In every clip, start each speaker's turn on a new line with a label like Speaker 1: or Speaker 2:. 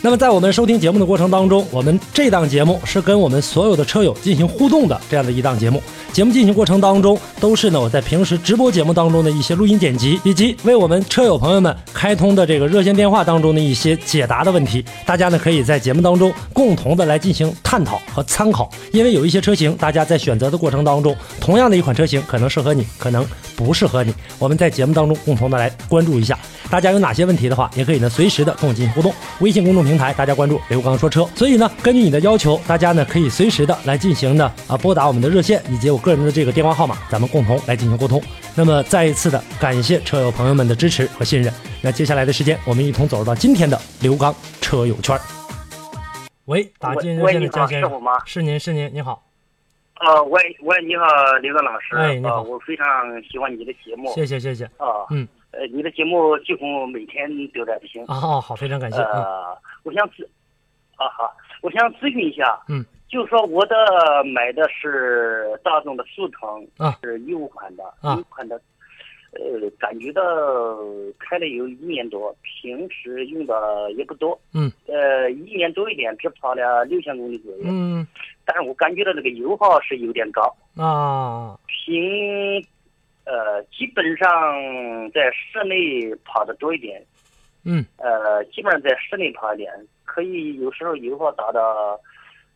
Speaker 1: 那么在我们收听节目的过程当中，我们这档节目是跟我们所有的车友进行互动的这样的一档节目。节目进行过程当中，都是呢我在平时直播节目当中的一些录音剪辑，以及为我们车友朋友们开通的这个热线电话当中的一些解答的问题。大家呢可以在节目当中共同的来进行探讨和参考，因为有一些车型，大家在选择的过程当中，同样的一款车型可能适合你，可能不适合你。我们在节目当中共同的来关注一下。大家有哪些问题的话，也可以呢随时的跟我进行互动。微信公众平台大家关注“刘刚说车”，所以呢，根据你的要求，大家呢可以随时的来进行呢啊拨打我们的热线以及我个人的这个电话号码，咱们共同来进行沟通。那么再一次的感谢车友朋友们的支持和信任。那接下来的时间，我们一同走入到今天的刘刚车友圈。喂，打进热
Speaker 2: 喂，
Speaker 1: 线
Speaker 2: 你
Speaker 1: 的
Speaker 2: 好，
Speaker 1: 江先
Speaker 2: 是
Speaker 1: 生
Speaker 2: 我，吗？
Speaker 1: 是您是您，你好，
Speaker 2: 呃，喂喂，你好，刘刚老师。
Speaker 1: 哎你好
Speaker 2: 呃我非常喜欢你的节目。
Speaker 1: 谢谢谢谢
Speaker 2: 啊，
Speaker 1: 嗯，
Speaker 2: 呃，你的节目几乎每天都在听。
Speaker 1: 啊哦好，非常感谢，嗯
Speaker 2: 呃，我想咨，啊好，我想咨询一下。
Speaker 1: 嗯。
Speaker 2: 就说我的买的是大众的速腾，
Speaker 1: 啊
Speaker 2: 是一五款的，
Speaker 1: 啊
Speaker 2: 一五款的，呃，感觉到开了有一年多，平时用的也不多，
Speaker 1: 嗯，
Speaker 2: 呃，一年多一点，只跑了六千公里左右，
Speaker 1: 嗯
Speaker 2: 但是我感觉到那个油耗是有点高，
Speaker 1: 啊
Speaker 2: 平，呃，基本上在室内跑的多一点，
Speaker 1: 嗯
Speaker 2: 呃，基本上在室内跑一点，可以有时候油耗达到，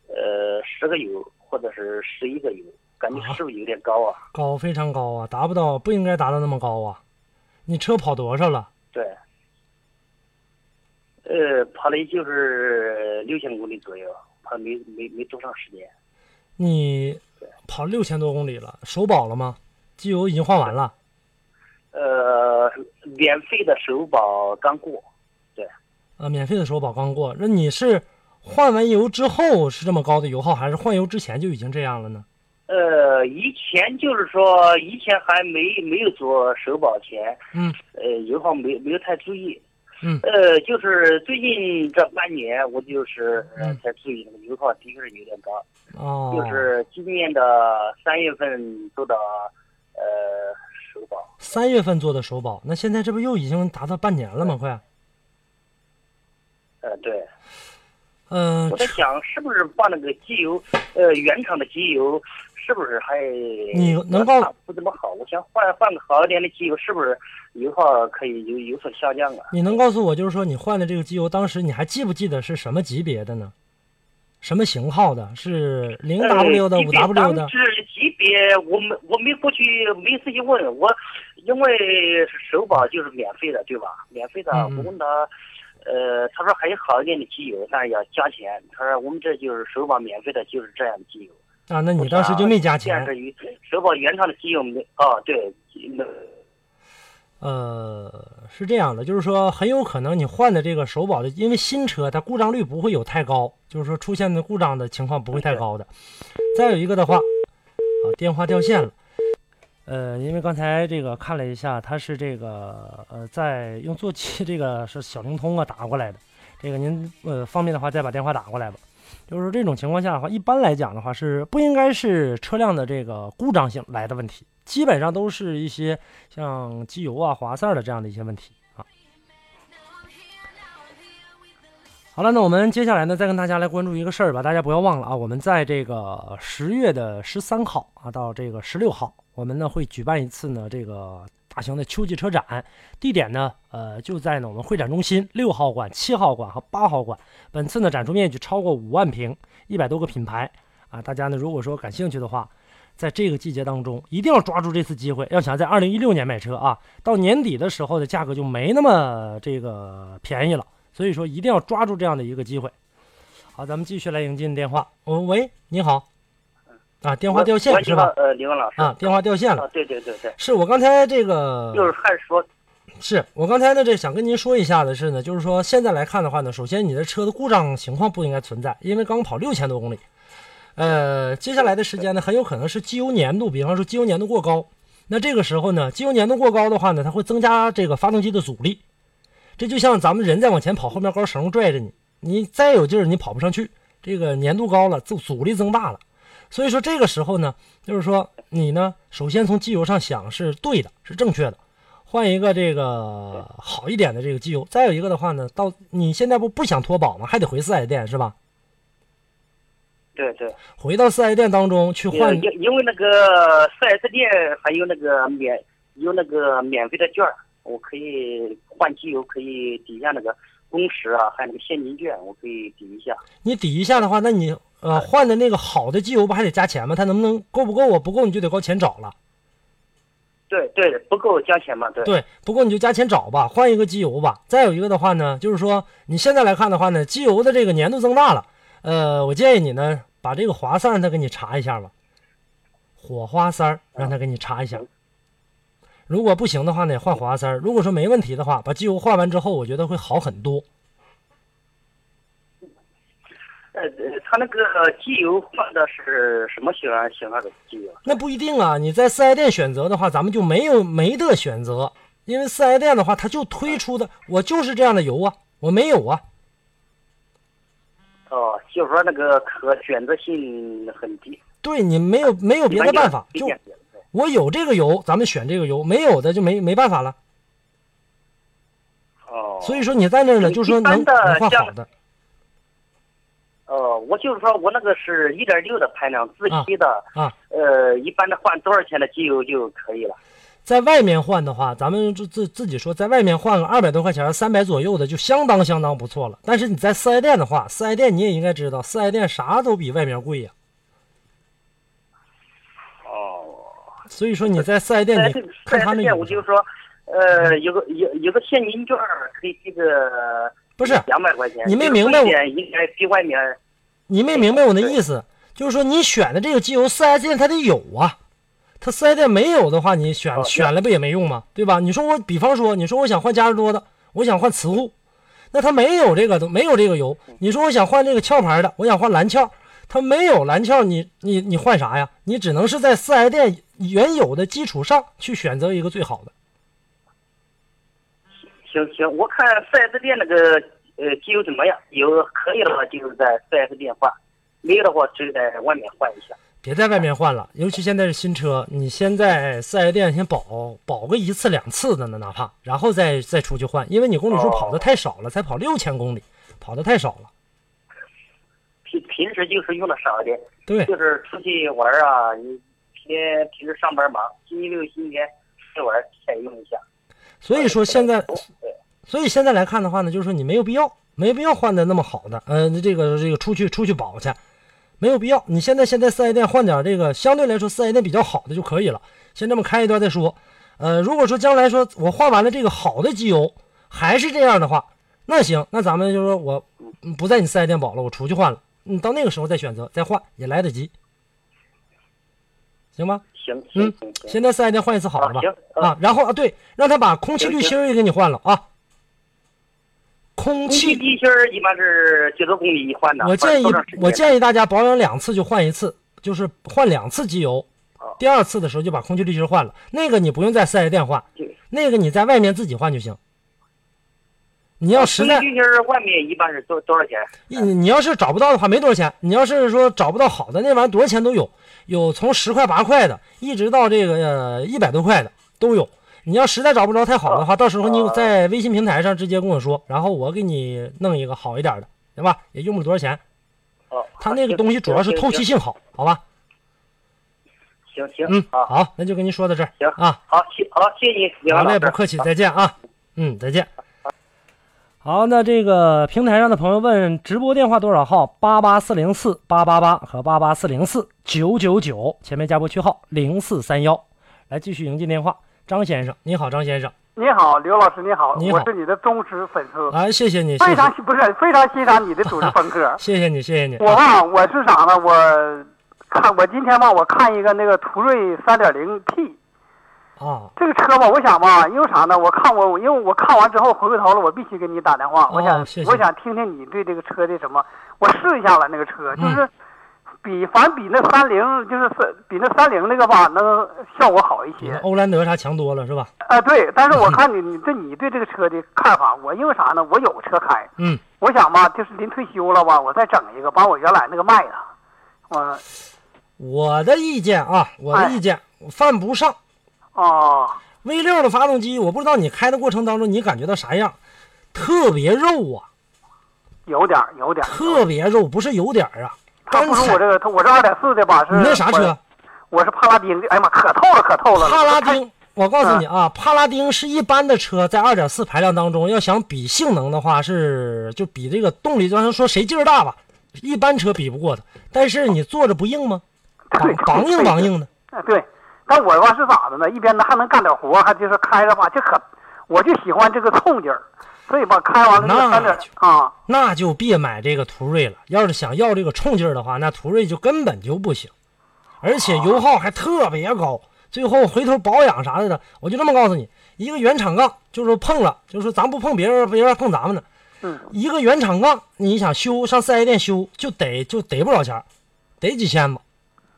Speaker 2: 呃，十个油或者是十一个油，感觉
Speaker 1: 啊
Speaker 2: 是不是有点高啊？
Speaker 1: 高非常高啊，达不到不应该达到那么高啊。你车跑多少了？
Speaker 2: 对，呃，跑了也就是六千公里左右，跑没没没多长时间，
Speaker 1: 你跑六千多公里了，首保了吗？机油已经换完了
Speaker 2: 呃，免费的首保刚过，
Speaker 1: 啊，免费的首保刚过。那你是换完油之后是这么高的油耗，还是换油之前就已经这样了呢？
Speaker 2: 呃，以前就是说，以前还没没有做首保前，
Speaker 1: 嗯
Speaker 2: 呃，油耗没没有太注意。
Speaker 1: 嗯
Speaker 2: 呃，就是最近这半年，我就是、呃
Speaker 1: 嗯
Speaker 2: 才注意那个油耗的确是有点高。
Speaker 1: 哦，
Speaker 2: 就是今年的三月份做的呃首保，
Speaker 1: 三月份做的首保，那现在这不又已经达到半年了吗？快，啊
Speaker 2: 呃，对，
Speaker 1: 嗯、
Speaker 2: 我在想是不是把那个机油，呃，原厂的机油是不是还呃
Speaker 1: 你能告
Speaker 2: 不怎么好？我想换换个好一点的机油，是不是油耗可以有有所下降啊？
Speaker 1: 你能告诉我，就是说你换的这个机油，当时你还记不记得是什么级别的呢？什么型号的？是零 W 的、五 W 的
Speaker 2: 呃哎当？时级别我没我没过去没仔细问我，因为首保就是免费的对吧？免费的，
Speaker 1: 嗯嗯
Speaker 2: 我问他，呃，他说还有好一点的机油，但是要加钱。他说我们这就是首保免费的，就是这样的机油。
Speaker 1: 啊，那你当时就没加钱
Speaker 2: 现？在与首保原厂的机油没哦，对，那
Speaker 1: 呃，是这样的，就是说很有可能你换的这个首保的，因为新车它故障率不会有太高，就是说出现的故障的情况不会太高的。再有一个的话，啊，电话掉线了。呃，因为刚才这个看了一下，它是这个呃，在用座机这个是小灵通啊打过来的。这个您呃方便的话再把电话打过来吧。就是说这种情况下的话，一般来讲的话是不应该是车辆的这个故障性来的问题，基本上都是一些像机油啊、滑塞儿的这样的一些问题啊。好了，那我们接下来呢，再跟大家来关注一个事儿吧。大家不要忘了啊，我们在这个十月的十三号啊到这个十六号，我们呢会举办一次呢这个大型的秋季车展，地点呢呃就在呢我们会展中心六号馆、七号馆和八号馆。本次呢展出面积超过五万平，一百多个品牌啊。大家呢如果说感兴趣的话，在这个季节当中，一定要抓住这次机会。要想在二零一六年买车啊，到年底的时候的价格就没那么这个便宜了，所以说一定要抓住这样的一个机会。好，咱们继续来迎进电话。哦、喂，你好，啊，电话掉线
Speaker 2: 喂
Speaker 1: 是吧？啊
Speaker 2: 呃，刘文老师
Speaker 1: 啊，电话掉线了，
Speaker 2: 啊，对对对对，
Speaker 1: 是我刚才这个
Speaker 2: 就是还是说
Speaker 1: 是我刚才呢，这想跟您说一下的是呢，就是说现在来看的话呢，首先你的车的故障情况不应该存在，因为刚跑六千多公里，呃，接下来的时间呢，很有可能是机油粘度，比方说机油粘度过高，那这个时候呢，机油粘度过高的话呢，它会增加这个发动机的阻力，这就像咱们人在往前跑，后面高绳拽着你，你再有劲儿你跑不上去，这个粘度高了，阻阻力增大了。所以说这个时候呢，就是说你呢，首先从机油上想是对的，是正确的，换一个这个好一点的这个机油。再有一个的话呢，到你现在不不想脱保吗？还得回四 S 店是吧？
Speaker 2: 对对，
Speaker 1: 回到四 S 店当中去
Speaker 2: 因为
Speaker 1: 换，
Speaker 2: 因为那个四 S 店还有那个免有那个免费的券儿，我可以换机油，可以抵一下那个工时啊，还有那个现金券，我可以抵一下。
Speaker 1: 你抵一下的话，那你呃换的那个好的机油不还得加钱吗？它能不能够不够啊？不够你就得交钱找了。
Speaker 2: 对对，不够加钱嘛，对
Speaker 1: 对，不过你就加钱找吧，换一个机油吧。再有一个的话呢，就是说你现在来看的话呢，机油的这个粘度增大了，呃，我建议你呢把这个滑塞儿它给你查一下吧，火花塞儿让它给你查一下
Speaker 2: 嗯。
Speaker 1: 如果不行的话呢，换火花塞儿。如果说没问题的话，把机油换完之后，我觉得会好很多。
Speaker 2: 呃，呃他那个机油换的是什么型啊？型号的机油？
Speaker 1: 那不一定啊，你在四 S 店选择的话，咱们就没有没得选择，因为四 S 店的话，它就推出的我就是这样的油啊，我没有啊。
Speaker 2: 哦，就是说那个可选择性很低，
Speaker 1: 对你没有没有别的办法，
Speaker 2: 一
Speaker 1: 就
Speaker 2: 般就是对
Speaker 1: 我有这个油，咱们选这个油；没有的就没没办法了。
Speaker 2: 哦，
Speaker 1: 所以说你在那儿呢，
Speaker 2: 嗯
Speaker 1: 就是说
Speaker 2: 一般
Speaker 1: 能
Speaker 2: 的
Speaker 1: 能换
Speaker 2: 像
Speaker 1: 好的，
Speaker 2: 哦，我就是说我那个是一点六的排量，自吸的
Speaker 1: 啊啊
Speaker 2: 呃，一般的换多少钱的机油就可以了。
Speaker 1: 在外面换的话，咱们自自自己说，在外面换个二百多块钱、三百左右的就相当相当不错了。但是你在四 S 店的话，四 S 店你也应该知道，四 S 店啥都比外面贵呀、
Speaker 2: 哦，
Speaker 1: 所以说你在四 S 店
Speaker 2: 在
Speaker 1: 你
Speaker 2: 这个
Speaker 1: 看
Speaker 2: 在
Speaker 1: 他
Speaker 2: 这
Speaker 1: 们
Speaker 2: 边
Speaker 1: 有
Speaker 2: 我就是说，呃，有个有有个现金券儿可以这个
Speaker 1: 不是
Speaker 2: 两百块钱，
Speaker 1: 你没
Speaker 2: 这个
Speaker 1: 明白我
Speaker 2: 风险应该比外面
Speaker 1: 你没明白我的意思，就是说你选的这个机油四 S 店它得有啊，它四 S 店没有的话，你选
Speaker 2: 哦
Speaker 1: 选了不也没用吗？对吧？你说我，比方说，你说我想换加实多的，我想换磁护，那它没有这个都没有这个油。你说我想换这个壳牌的，我想换蓝壳，它没有蓝壳，你你你换啥呀？你只能是在四 S 店原有的基础上去选择一个最好的。
Speaker 2: 行行，我看四 S 店那个呃机油怎么样？有可以的话，就是在四 S 店换；没有的话，只有在外面换一下。
Speaker 1: 别在外面换了，尤其现在是新车，你先在四 S 店先保保个一次两次的呢，哪怕然后再再出去换，因为你公里数
Speaker 2: 哦
Speaker 1: 跑的太少了，才跑六千公里，跑的太少了。
Speaker 2: 平平时就是用的少一点，
Speaker 1: 对
Speaker 2: 就是出去玩儿啊，你天平时上班忙，星期六、星期天出去玩儿再用一下。呃
Speaker 1: 所以说现在，
Speaker 2: 对
Speaker 1: 所以现在来看的话呢，就是说你没有必要，没必要换的那么好的，呃，这个这个出去出去保去，没有必要。你现在先在四 S 店换点这个相对来说四 S 店比较好的就可以了，先这么开一段再说。呃，如果说将来说我换完了这个好的机油还是这样的话，那行，那咱们就说我嗯不在你四 S 店保了，我出去换了，你到那个时候再选择再换也来得及，行吗？
Speaker 2: 行行
Speaker 1: 嗯
Speaker 2: 行，行，
Speaker 1: 现在四 S 店换一次好了吧
Speaker 2: 啊行？嗯
Speaker 1: 啊，然后啊，对，让他把空气滤芯儿也给你换了啊。空
Speaker 2: 空气
Speaker 1: 气，
Speaker 2: 滤芯儿一般是几多公里一换的？
Speaker 1: 我建议
Speaker 2: 换多长时间啊
Speaker 1: 我建议大家保养两次就换一次，就是换两次机油
Speaker 2: 哦。
Speaker 1: 第二次的时候就把空气滤芯儿换了，那个你不用在四 S 店换，
Speaker 2: 对
Speaker 1: 那个你在外面自己换就行。你
Speaker 2: 哦
Speaker 1: 要实在
Speaker 2: 空气滤芯儿外面一般是多多少钱？
Speaker 1: 你你要是找不到的话，没多少钱。你要是说找不到好的，那玩意儿多少钱都有，有从十块八块的，一直到这个呃一百、100多块的都有。你要实在找不着太好的话，到时候
Speaker 2: 哦
Speaker 1: 你在微信平台上直接跟我说，然后我给你弄一个好一点的，行吧？也用不了多少钱。
Speaker 2: 哦，
Speaker 1: 它那个东西主要是透气性
Speaker 2: 性。
Speaker 1: 好，好吧？
Speaker 2: 行行，
Speaker 1: 嗯，
Speaker 2: 好，
Speaker 1: 好，那就跟您说到这儿
Speaker 2: 行
Speaker 1: 啊。
Speaker 2: 好，谢好，谢谢你，李
Speaker 1: 好
Speaker 2: 航老
Speaker 1: 嘞，
Speaker 2: 师。
Speaker 1: 不客气，再见啊。嗯，再见。好，那这个平台上的朋友问直播电话多少号？八八四零四八八八和八八四零四九九九，前面加拨区号零四三幺。来，继续迎接电话，张先生，你好，张先生
Speaker 3: 你好，刘老师，你好，
Speaker 1: 你好
Speaker 3: 我是你的忠实粉丝，
Speaker 1: 啊，谢谢你，谢
Speaker 3: 非
Speaker 1: 谢。
Speaker 3: 常，不是非常欣赏你的主持风格
Speaker 1: 谢谢你，谢谢你。
Speaker 3: 我吧，我是啥呢？我看我今天吧，我看一个那个途锐3.0 T，
Speaker 1: 啊，
Speaker 3: 这个车吧，我想吧，因为啥呢？我看过，因为我看完之后回过头了，我必须给你打电话。我想，
Speaker 1: 哦谢谢
Speaker 3: 我想听听你对这个车的什么。我试一下了，那个车
Speaker 1: 嗯
Speaker 3: 就是比反正比那三菱，就是是比那三菱那个吧，能效果好一
Speaker 1: 比那
Speaker 3: 些。
Speaker 1: 嗯欧蓝德啥强多了是吧？
Speaker 3: 啊，对。但 是我看你，你对你对这个车的看法，我因为啥呢？我有车开，
Speaker 1: 嗯，
Speaker 3: 我想吧，就是临退休了吧，我再整一个，把我原来那个卖了。我
Speaker 1: 我的意见啊，我的意见，我犯不上。
Speaker 3: 哦，
Speaker 1: V 六的发动机，我不知道你开的过程当中你感觉到啥样，特别肉啊，
Speaker 3: 有点儿有点儿。
Speaker 1: 特别肉，不是有点儿啊。
Speaker 3: 他
Speaker 1: 刚
Speaker 3: 不是
Speaker 1: 才
Speaker 3: 我这个，他我这二点四的吧？是
Speaker 1: 你那啥车？
Speaker 3: 我是帕拉丁的，哎呀妈，可透了，可透了。
Speaker 1: 帕拉丁，我告诉你啊，
Speaker 3: 嗯
Speaker 1: 帕拉丁是一般的车在二点四排量当中，要想比性能的话，是就比这个动力，咱说谁劲儿大吧，一般车比不过的。但是你坐着不硬吗？
Speaker 3: 对
Speaker 1: 绑绑硬绑。硬的，
Speaker 3: 对对对，但我吧是咋的呢？一边呢还能干点活，还就是开着吧，就可，我就喜欢这个冲劲儿，所以吧，开完了这
Speaker 1: 那
Speaker 3: 个三点啊，
Speaker 1: 那就别买这个途锐了。要是想要这个冲劲儿的话，那途锐就根本就不行，而且油耗还特别高。最后回头保养啥的，我就这么告诉你，一个原厂杠，就是碰了，就是说咱不碰别人，别人碰咱们呢。
Speaker 3: 嗯，
Speaker 1: 一个原厂杠，你想修上四 S 店修，就得就得不少钱儿，得几千吧。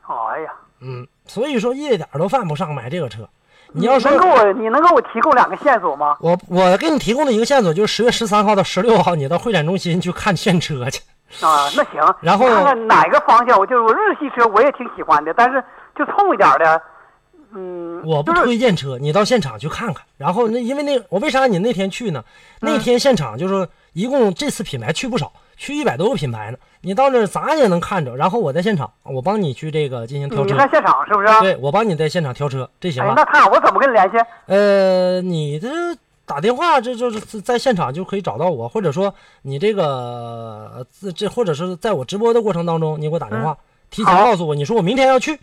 Speaker 3: 哎呀，
Speaker 1: 嗯，所以说一点儿都犯不上买这个车。你要说
Speaker 3: 嗯能给我，你能给我提供两个线索吗？
Speaker 1: 我我给你提供的一个线索就是十月十三号到十六号，你到会展中心去看现车去。
Speaker 3: 啊，那行，
Speaker 1: 然后
Speaker 3: 我看看哪个方向，我就是我日系车我也挺喜欢的，但是就冲一点的，嗯，
Speaker 1: 我不
Speaker 3: 就是
Speaker 1: 推荐车，你到现场去看看。然后那因为那我为啥让你那天去呢？
Speaker 3: 嗯
Speaker 1: 那天现场就是一共这次品牌去不少，去一百多个品牌呢。你到那儿咱也能看着，然后我在现场，我帮你去这个进行挑
Speaker 3: 你
Speaker 1: 车
Speaker 3: 看。现场是不是？
Speaker 1: 对，我帮你在现场挑车，这行
Speaker 3: 哎
Speaker 1: 吧，？
Speaker 3: 那太好，我怎么跟你联系？
Speaker 1: 呃，你这打电话，这就是在现场就可以找到我，或者说你这个呃这这，或者是在我直播的过程当中，你给我打电话，提前
Speaker 3: 嗯好
Speaker 1: 告诉我，你说我明天要去，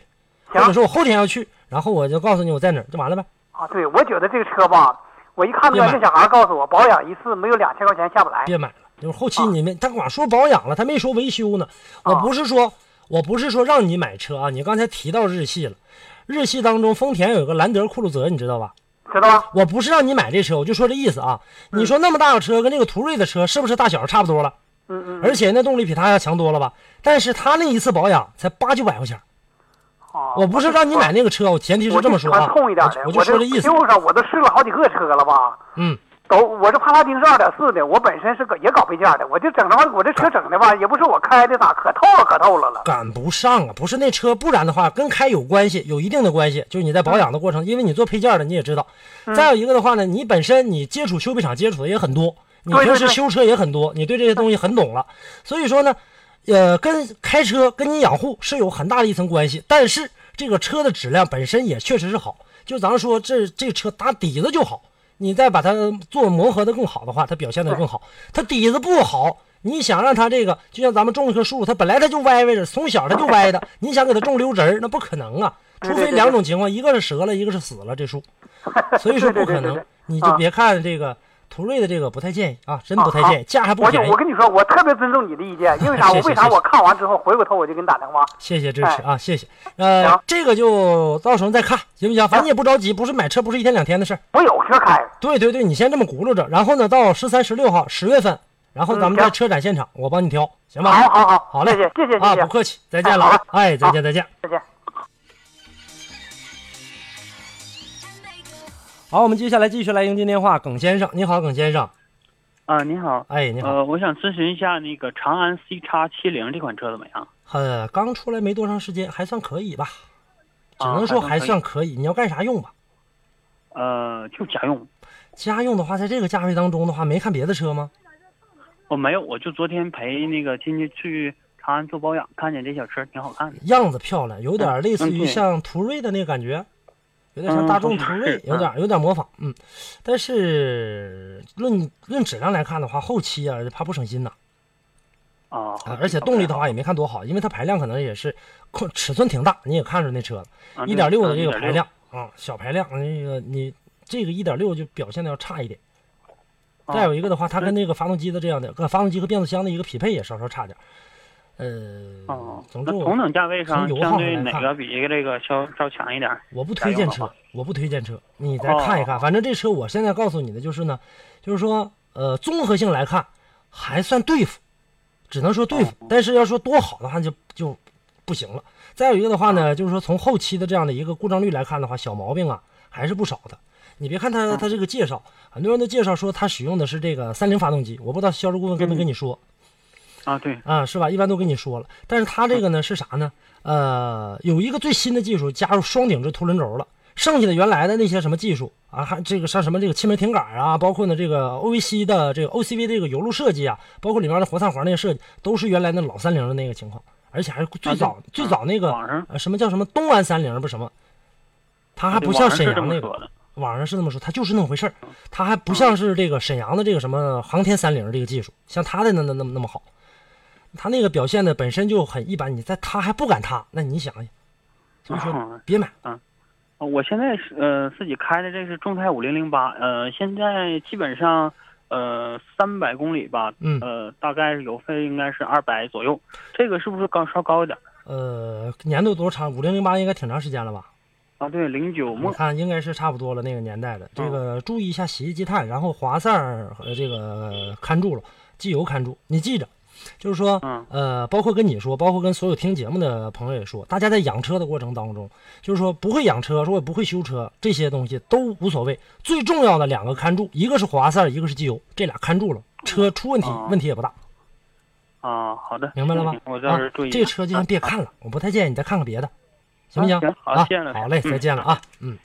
Speaker 1: 或
Speaker 3: 行
Speaker 1: 者说我后天要去，然后我就告诉你我在哪儿，就完了呗。
Speaker 3: 啊，对，我觉得这个车吧，我一看
Speaker 1: 别
Speaker 3: 那
Speaker 1: 买
Speaker 3: 那小孩告诉我，保养一次没有两千块钱下不来。
Speaker 1: 别买了，就是后
Speaker 3: 啊
Speaker 1: 期你们、他光说保养了，他没说维修呢。我不是说，我不是说让你买车啊，你刚才提到日系了，日系当中丰田有个兰德酷路泽，你知道吧？
Speaker 3: 知道吧？
Speaker 1: 我不是让你买这车，我就说这意思啊。你说那么大个车跟这个途锐的车是不是大小差不多了？
Speaker 3: 嗯嗯。
Speaker 1: 而且那动力比它要强多了吧？但是它那一次保养才八九百块钱儿。
Speaker 3: 啊，
Speaker 1: 我不是让你买那个车，我前提
Speaker 3: 我
Speaker 1: 是这么说
Speaker 3: 我
Speaker 1: 啊
Speaker 3: 就喜欢。冲一点的，
Speaker 1: 我就说这意思。
Speaker 3: 就是啊我都试了好几个车了吧，
Speaker 1: 嗯，
Speaker 3: 都我这帕拉丁是二点四的，我本身是个也搞配件的，我就整这玩意儿，我这车整的吧，也不是我开的咋，可透了可透了了。
Speaker 1: 赶不上啊！不是那车，不然的话跟开有关系，有一定的关系。就是你在保养的过程，因为你做配件的你也知道。
Speaker 3: 嗯
Speaker 1: 再有一个的话呢，你本身你接触修配厂接触的也很多，你
Speaker 3: 对对
Speaker 1: 平时
Speaker 3: 对
Speaker 1: 修车也很多，你对这些东西很懂了。所以说呢，呃，跟开车跟你养护是有很大的一层关系。但是这个车的质量本身也确实是好，就咱说这这车打底子就好，你再把它做磨合的更好的话，它表现的更好。它底子不好，你想让它这个，就像咱们种一棵树，它本来它就歪歪着，从小它就歪的，你想给它种溜直儿，那不可能啊。除非两种情况，一个是折了，一个是死了，这树，所以说不可
Speaker 3: 对对对对
Speaker 1: 能
Speaker 3: 对。
Speaker 1: 你就别看这个途锐的这个不太建议啊，真不太建议，
Speaker 3: 啊
Speaker 1: 价还不
Speaker 3: 我就
Speaker 1: 便宜
Speaker 3: 我。跟你说，我特别尊重你的意见，因为啥？
Speaker 1: 谢
Speaker 3: 我
Speaker 1: 谢
Speaker 3: 为啥
Speaker 1: 谢谢
Speaker 3: 我看完之后回过头我就给你打电话？
Speaker 1: 谢谢支持啊，谢谢。呃
Speaker 3: 哎行，
Speaker 1: 这个就到时候再看行不行？反正你也不着急，不是买车不是一天两天的事儿。
Speaker 3: 我有车开，
Speaker 1: 对对对，你先这么轱辘着，然后呢，到十三、十六号十月份，然后咱们
Speaker 3: 嗯
Speaker 1: 在
Speaker 3: 行
Speaker 1: 车展现场，我帮你挑，行
Speaker 3: 好
Speaker 1: 吧？
Speaker 3: 好好，
Speaker 1: 好嘞，
Speaker 3: 谢谢谢谢
Speaker 1: 啊，不
Speaker 3: 谢谢
Speaker 1: 客气，再见了
Speaker 3: 哎好
Speaker 1: 啊
Speaker 3: 了，
Speaker 1: 哎，再见再见。
Speaker 3: 再见。
Speaker 1: 好，我们接下来继续来迎接电话，耿先生，你好，耿先生，
Speaker 4: 啊，你好，
Speaker 1: 哎，你好，
Speaker 3: 嗯
Speaker 4: 呃，我想咨询一下那个长安 C 叉七零这款车怎么样？
Speaker 1: 呃，刚出来没多长时间，还算可以吧，只
Speaker 4: 啊
Speaker 1: 能说
Speaker 4: 还算可以
Speaker 1: 算可以。你要干啥用吧？
Speaker 4: 呃，就家用，
Speaker 1: 家用的话，在这个价位当中的话，没看别的车吗？
Speaker 4: 我没有，我就昨天陪那个亲戚去长安做保养，看见这小车挺好看的。
Speaker 1: 样子漂亮，有点类似
Speaker 4: 嗯
Speaker 1: 于
Speaker 4: 对
Speaker 1: 像途锐的那个感觉，有点像
Speaker 4: 嗯
Speaker 1: 大众
Speaker 4: 好
Speaker 1: 途
Speaker 4: 像
Speaker 1: 锐
Speaker 4: 是，
Speaker 1: 有点有点模仿，嗯。但是论论质量来看的话，后期啊怕不省心呐、
Speaker 4: 啊
Speaker 1: 啊，而且动力的，话也没看多好，因为它排量可能也是控尺寸挺大，你也看着那车了，
Speaker 4: 啊
Speaker 1: 一点六的
Speaker 4: 嗯
Speaker 1: 这个排
Speaker 4: 1.6
Speaker 1: 量啊，小排量那个你这个一点六就表现的要差一点。
Speaker 4: 啊
Speaker 1: 再有一个的话，它跟那个发动机的这样的，跟发动机和变速箱的一个匹配也稍稍差点。
Speaker 5: 嗯，
Speaker 4: 哦，
Speaker 5: 从
Speaker 4: 那
Speaker 5: 这
Speaker 4: 同等价位上
Speaker 5: 从油耗
Speaker 4: 相对
Speaker 5: 上来
Speaker 4: 哪
Speaker 5: 看
Speaker 4: 个比这个稍稍强一点儿？
Speaker 5: 我不推荐车，我不推荐车，你再看一看。反正这车我现在告诉你的就是呢，就是说，呃，综合性来看还算对付，只能说对付。但是要说多好的话就就不行了。再有一个的话呢，就是说从后期的这样的一个故障率来看的话，小毛病啊还是不少的。你别看它它这个介绍，很多人都介绍说它使用的是这个三菱发动机，我不知道销售顾问跟没跟你说。
Speaker 4: 啊，对，
Speaker 5: 啊，是吧？一般都跟你说了，但是它这个呢是啥呢？呃，有一个最新的技术加入双顶置凸轮轴了，剩下的原来的那些什么技术啊，还这个像什么这个气门停杆啊，包括呢这个 OVC 的这个 OCV 这个油路设计啊，包括里面的活塞环那个设计，都是原来那老三菱的那个情况，而且还是最
Speaker 4: 啊
Speaker 5: 早、
Speaker 4: 对
Speaker 5: 最早那个、
Speaker 4: 网上
Speaker 5: 呃什么叫什么东安三菱不是什么，它还
Speaker 4: 对
Speaker 5: 不
Speaker 4: 网
Speaker 5: 像
Speaker 4: 上
Speaker 5: 沈
Speaker 4: 是这
Speaker 5: 阳
Speaker 4: 么
Speaker 5: 那个
Speaker 4: 说。的。
Speaker 5: 网上是这么说，它就是那么回事儿，它还不像是这个沈阳的这个什么航天三菱这个技术，像它的那那那么那么好，它那个表现的本身就很一般，你在它还不敢它，那你想想，所以说
Speaker 4: 嗯
Speaker 5: 别买，
Speaker 4: 呃我现在是呃自己开的这是众泰五零零八，呃，现在基本上呃三百公里吧，
Speaker 5: 嗯
Speaker 4: 呃，大概是油费应该是二百左右，这个是不是高稍高一点儿？
Speaker 5: 呃，年头多长？五零零八应该挺长时间了吧？
Speaker 4: 啊，对，零九
Speaker 5: 你
Speaker 4: 末，
Speaker 5: 看应该是差不多了那个年代
Speaker 4: 嗯
Speaker 5: 的，这个注意一下洗衣积碳，然后滑塞儿和这个看住了，机油看住，你记着。就是说
Speaker 4: 嗯，
Speaker 5: 呃，包括跟你说，包括跟所有听节目的朋友也说，大家在养车的过程当中，就是说不会养车，说我不会修车，这些东西都无所谓。最重要的两个看住，一个是滑塞，一个是机油，这俩看住了，车出问题
Speaker 4: 哦
Speaker 5: 问题也不大，
Speaker 4: 啊，好的，
Speaker 5: 明白了
Speaker 4: 行
Speaker 5: 吗
Speaker 4: 行？我到
Speaker 5: 啊
Speaker 4: 时候注意一，下。
Speaker 5: 这车就先别看了，我不太建议你再看看别的，行不行
Speaker 4: 啊？行好
Speaker 5: 啊
Speaker 4: 谢谢老师
Speaker 5: 好嘞，
Speaker 4: 嗯
Speaker 5: 再见了啊，嗯。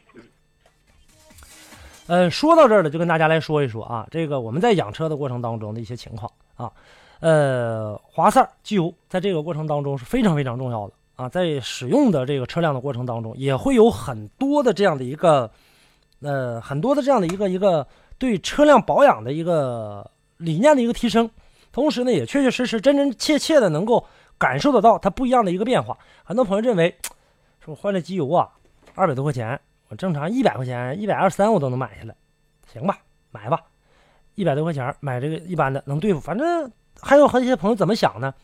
Speaker 1: 呃，说到这儿了，就跟大家来说一说啊，这个我们在养车的过程当中的一些情况啊，呃，滑塞儿、机油在这个过程当中是非常非常重要的啊，在使用的这个车辆的过程当中，也会有很多的这样的一个，呃，很多的这样的一个一个对车辆保养的一个理念的一个提升，同时呢，也确确实实、真真切切的能够感受得到它不一样的一个变化。很多朋友认为，说我换了机油啊，二百多块钱，我正常一百块钱、一百二三我都能买下来，行吧，买吧，一百多块钱买这个一般的能对付。反正还有很些朋友怎么想呢？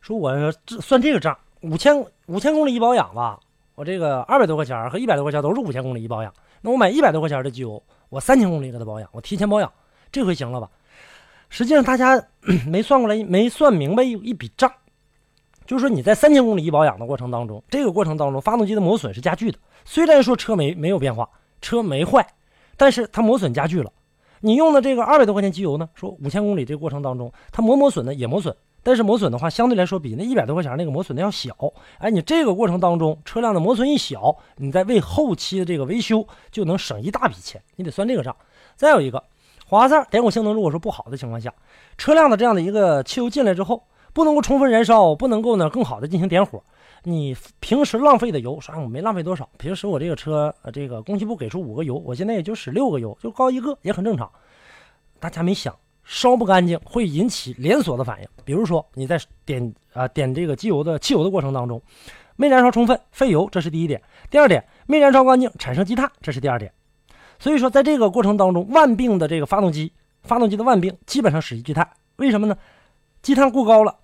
Speaker 1: 说我这算这个账，五千五千公里一保养吧，我这个二百多块钱和一百多块钱都是五千公里一保养，那我买一百多块钱的机油，我三千公里给它保养，我提前保养，这回行了吧？实际上大家 没算过来，没算明白一一笔账。就是说，你在三千公里一保养的过程当中，这个过程当中，发动机的磨损是加剧的。虽然说车没没有变化，车没坏，但是它磨损加剧了。你用的这个二百多块钱机油呢，说五千公里这个过程当中，它磨磨损呢也磨损，但是磨损的话，相对来说比那一百多块钱那个磨损的要小。哎，你这个过程当中，车辆的磨损一小，你在为后期的这个维修就能省一大笔钱，你得算这个账。再有一个，华塞点火性能如果说不好的情况下，车辆的这样的一个汽油进来之后，不能够充分燃烧，不能够呢更好的进行点火，你平时浪费的油，啥我没浪费多少。平时我这个车，呃，这个工信部给出五个油，我现在也就使六个油，就高一个，也很正常。大家没想，烧不干净会引起连锁的反应。比如说你在点啊、点这个机油的汽油的过程当中，没燃烧充分，费油，这是第一点。第二点，没燃烧干净，产生积碳，这是第二点。所以说，在这个过程当中，万病的这个发动机，发动机的万病基本上始于积碳。为什么呢？积碳过高了，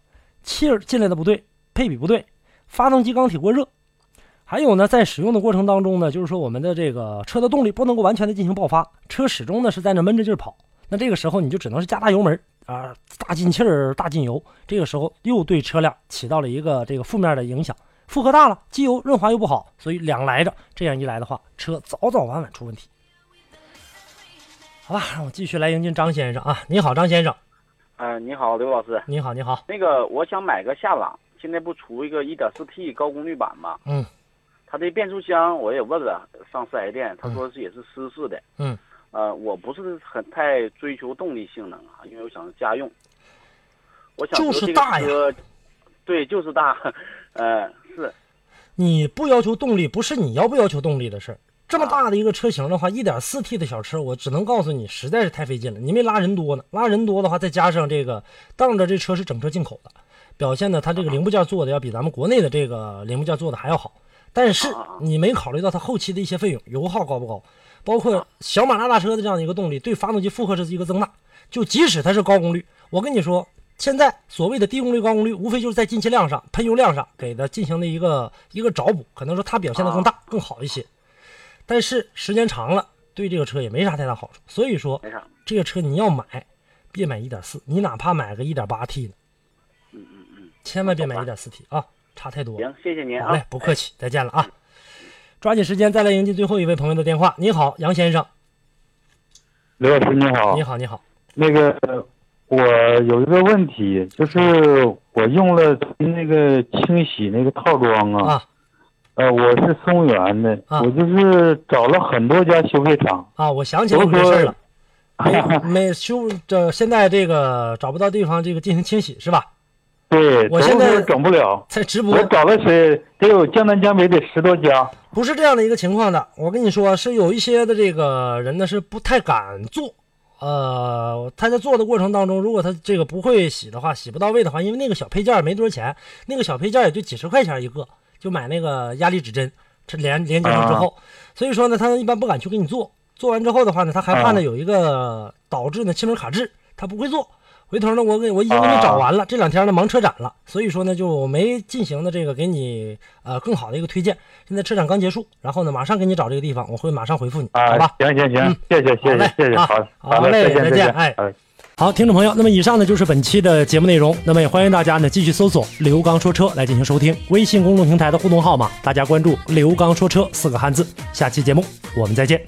Speaker 1: 气儿进来的不对，配比不对，发动机缸体过热。还有呢，在使用的过程当中呢，就是说我们的这个车的动力不能够完全的进行爆发，车始终呢是在那闷着劲儿跑。那这个时候你就只能是加大油门儿啊、大进气儿、大进油。这个时候又对车辆起到了一个这个负面的影响，负荷大了，机油润滑又不好，所以两来着。这样一来的话，车早早晚晚出问题。好吧，让我继续来迎接张先生啊！你好，张先生，
Speaker 3: 嗯、你好，刘老师。
Speaker 5: 你好，你好，
Speaker 3: 那个，我想买个夏朗，现在不出一个 1.4T 高功率版吗？
Speaker 5: 嗯。
Speaker 3: 它这变速箱我也问了，上 4S 店，他说是也是湿式的。
Speaker 5: 嗯。
Speaker 3: 呃，我不是很太追求动力性能啊，因为我想家用。我想
Speaker 5: 就
Speaker 3: 说
Speaker 5: 是
Speaker 3: 这个
Speaker 5: 大呀
Speaker 3: 车，对，就是大。 呃，是
Speaker 5: 你不要求动力，不是你要不要求动力的事儿。这么大的一个车型的话，一点四 T 的小车，我只能告诉你，实在是太费劲了。你没拉人多呢，拉人多的话，再加上这个，当着这车是整车进口的，表现呢，它这个零部件做的要比咱们国内的这个零部件做的还要好。但是你没考虑到它后期的一些费用，油耗高不高，包括小马拉大车的这样的一个动力，对发动机负荷是一个增大。就即使它是高功率，我跟你说，
Speaker 1: 现在所谓的低功率、高功率，无非就是在进气量上、喷油量上给它进行的一个一个找补，可能说它表现的更
Speaker 3: 啊
Speaker 1: 大、更好一些。但是时间长了，对这个车也没啥太大好处。所以说
Speaker 3: 没啥，
Speaker 1: 这个车你要买，别买一点四，你哪怕买个一点八 T 呢，
Speaker 3: 嗯嗯嗯，
Speaker 1: 千万别买一点四 T 啊，差太多了。
Speaker 3: 行，谢谢您
Speaker 1: 好嘞
Speaker 3: 啊，，
Speaker 1: 不客气，再见了啊！抓紧时间，再来迎接最后一位朋友的电话。你好，杨先生，
Speaker 4: 刘老师你好，
Speaker 1: 你好，你好，
Speaker 4: 那个呃我有一个问题，就是我用了那个清洗那个套装啊，
Speaker 1: 啊
Speaker 4: 呃，我是松原的，
Speaker 1: 啊
Speaker 4: 我就是找了很多家修配厂，
Speaker 1: 啊，我想起来你这事儿了，哎没没修这现在这个找不到地方这个进行清洗是吧？
Speaker 4: 对，
Speaker 1: 我现
Speaker 4: 都
Speaker 1: 在
Speaker 4: 是整不了，
Speaker 1: 在直播
Speaker 4: 我找了谁得有江南江北得十多家，
Speaker 1: 不是这样的一个情况的。我跟你说，是有一些的这个人呢是不太敢做，呃，他在做的过程当中，如果他这个不会洗的话，洗不到位的话，因为那个小配件儿没多少钱，那个小配件儿也就几十块钱一个，就买那个压力指针，这连连接上之
Speaker 4: 啊
Speaker 1: 后，所以说呢，他一般不敢去给你做。做完之后的话呢，他害怕呢
Speaker 4: 啊
Speaker 1: 有一个导致呢气门卡滞，他不会做。回头呢，我给我已经给你找
Speaker 4: 啊
Speaker 1: 完了，这两天呢忙车展了，所以说呢就没进行的这个给你呃更好的一个推荐。现在车展刚结束，然后呢马上给你找这个地方，我会马上回复你，
Speaker 4: 啊
Speaker 1: 好吧？，
Speaker 4: 行行
Speaker 1: 嗯
Speaker 4: 行，谢谢谢
Speaker 1: 好嘞
Speaker 4: 谢谢谢，
Speaker 1: 啊
Speaker 4: 好，
Speaker 1: 好
Speaker 4: 了，
Speaker 1: 嘞
Speaker 4: 再见
Speaker 1: 再见
Speaker 4: 见，
Speaker 1: 哎
Speaker 4: 好嘞
Speaker 6: 好，听众朋友，那么以上呢就是本期的节目内容。那么也欢迎大家呢继续搜索“刘刚说车”来进行收听。微信公众平台的互动号码，大家关注“刘刚说车”四个汉字。下期节目我们再见。